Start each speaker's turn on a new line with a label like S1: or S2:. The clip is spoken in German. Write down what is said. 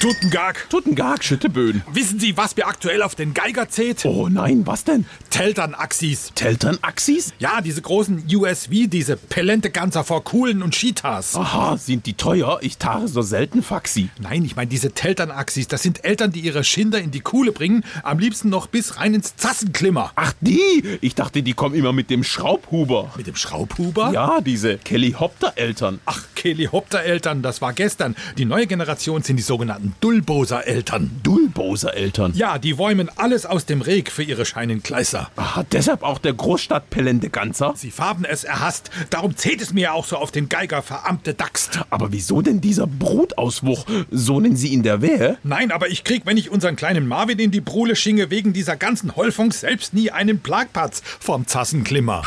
S1: Tutengag.
S2: Tuttengag, Schütteböen.
S1: Wissen Sie, was mir aktuell auf den Geiger zählt?
S2: Oh nein, was denn?
S1: Teltern-Axis.
S2: Teltern-Axis?
S1: Ja, diese großen USV, diese Pelente-Ganzer vor Kuhlen und Cheetahs.
S2: Aha, sind die teuer? Ich tare so selten Faxi.
S1: Nein, ich meine diese Teltern-Axis. Das sind Eltern, die ihre Schinder in die Kuhle bringen, am liebsten noch bis rein ins Zassenklimmer.
S2: Ach, die? Ich dachte, die kommen immer mit dem Schraubhuber.
S1: Mit dem Schraubhuber?
S2: Ja, diese Kelly-Hopter-Eltern.
S1: Ach, Kelly-Hopter-Eltern, das war gestern. Die neue Generation sind die sogenannten Dulboser-Eltern.
S2: Dulboser-Eltern.
S1: Ja, die bäumen alles aus dem Reg für ihre Scheinenkleißer.
S2: Aha, deshalb auch der Großstadt Ganzer.
S1: Sie farben es erhasst, darum zählt es mir ja auch so auf den Geiger, verarmte Daxt.
S2: Aber wieso denn dieser Brutauswuch? So nennen sie ihn der Wehe?
S1: Nein, aber ich krieg, wenn ich unseren kleinen Marvin in die Brule schinge, wegen dieser ganzen Holfung selbst nie einen Plagpatz vom Zassenklimmer.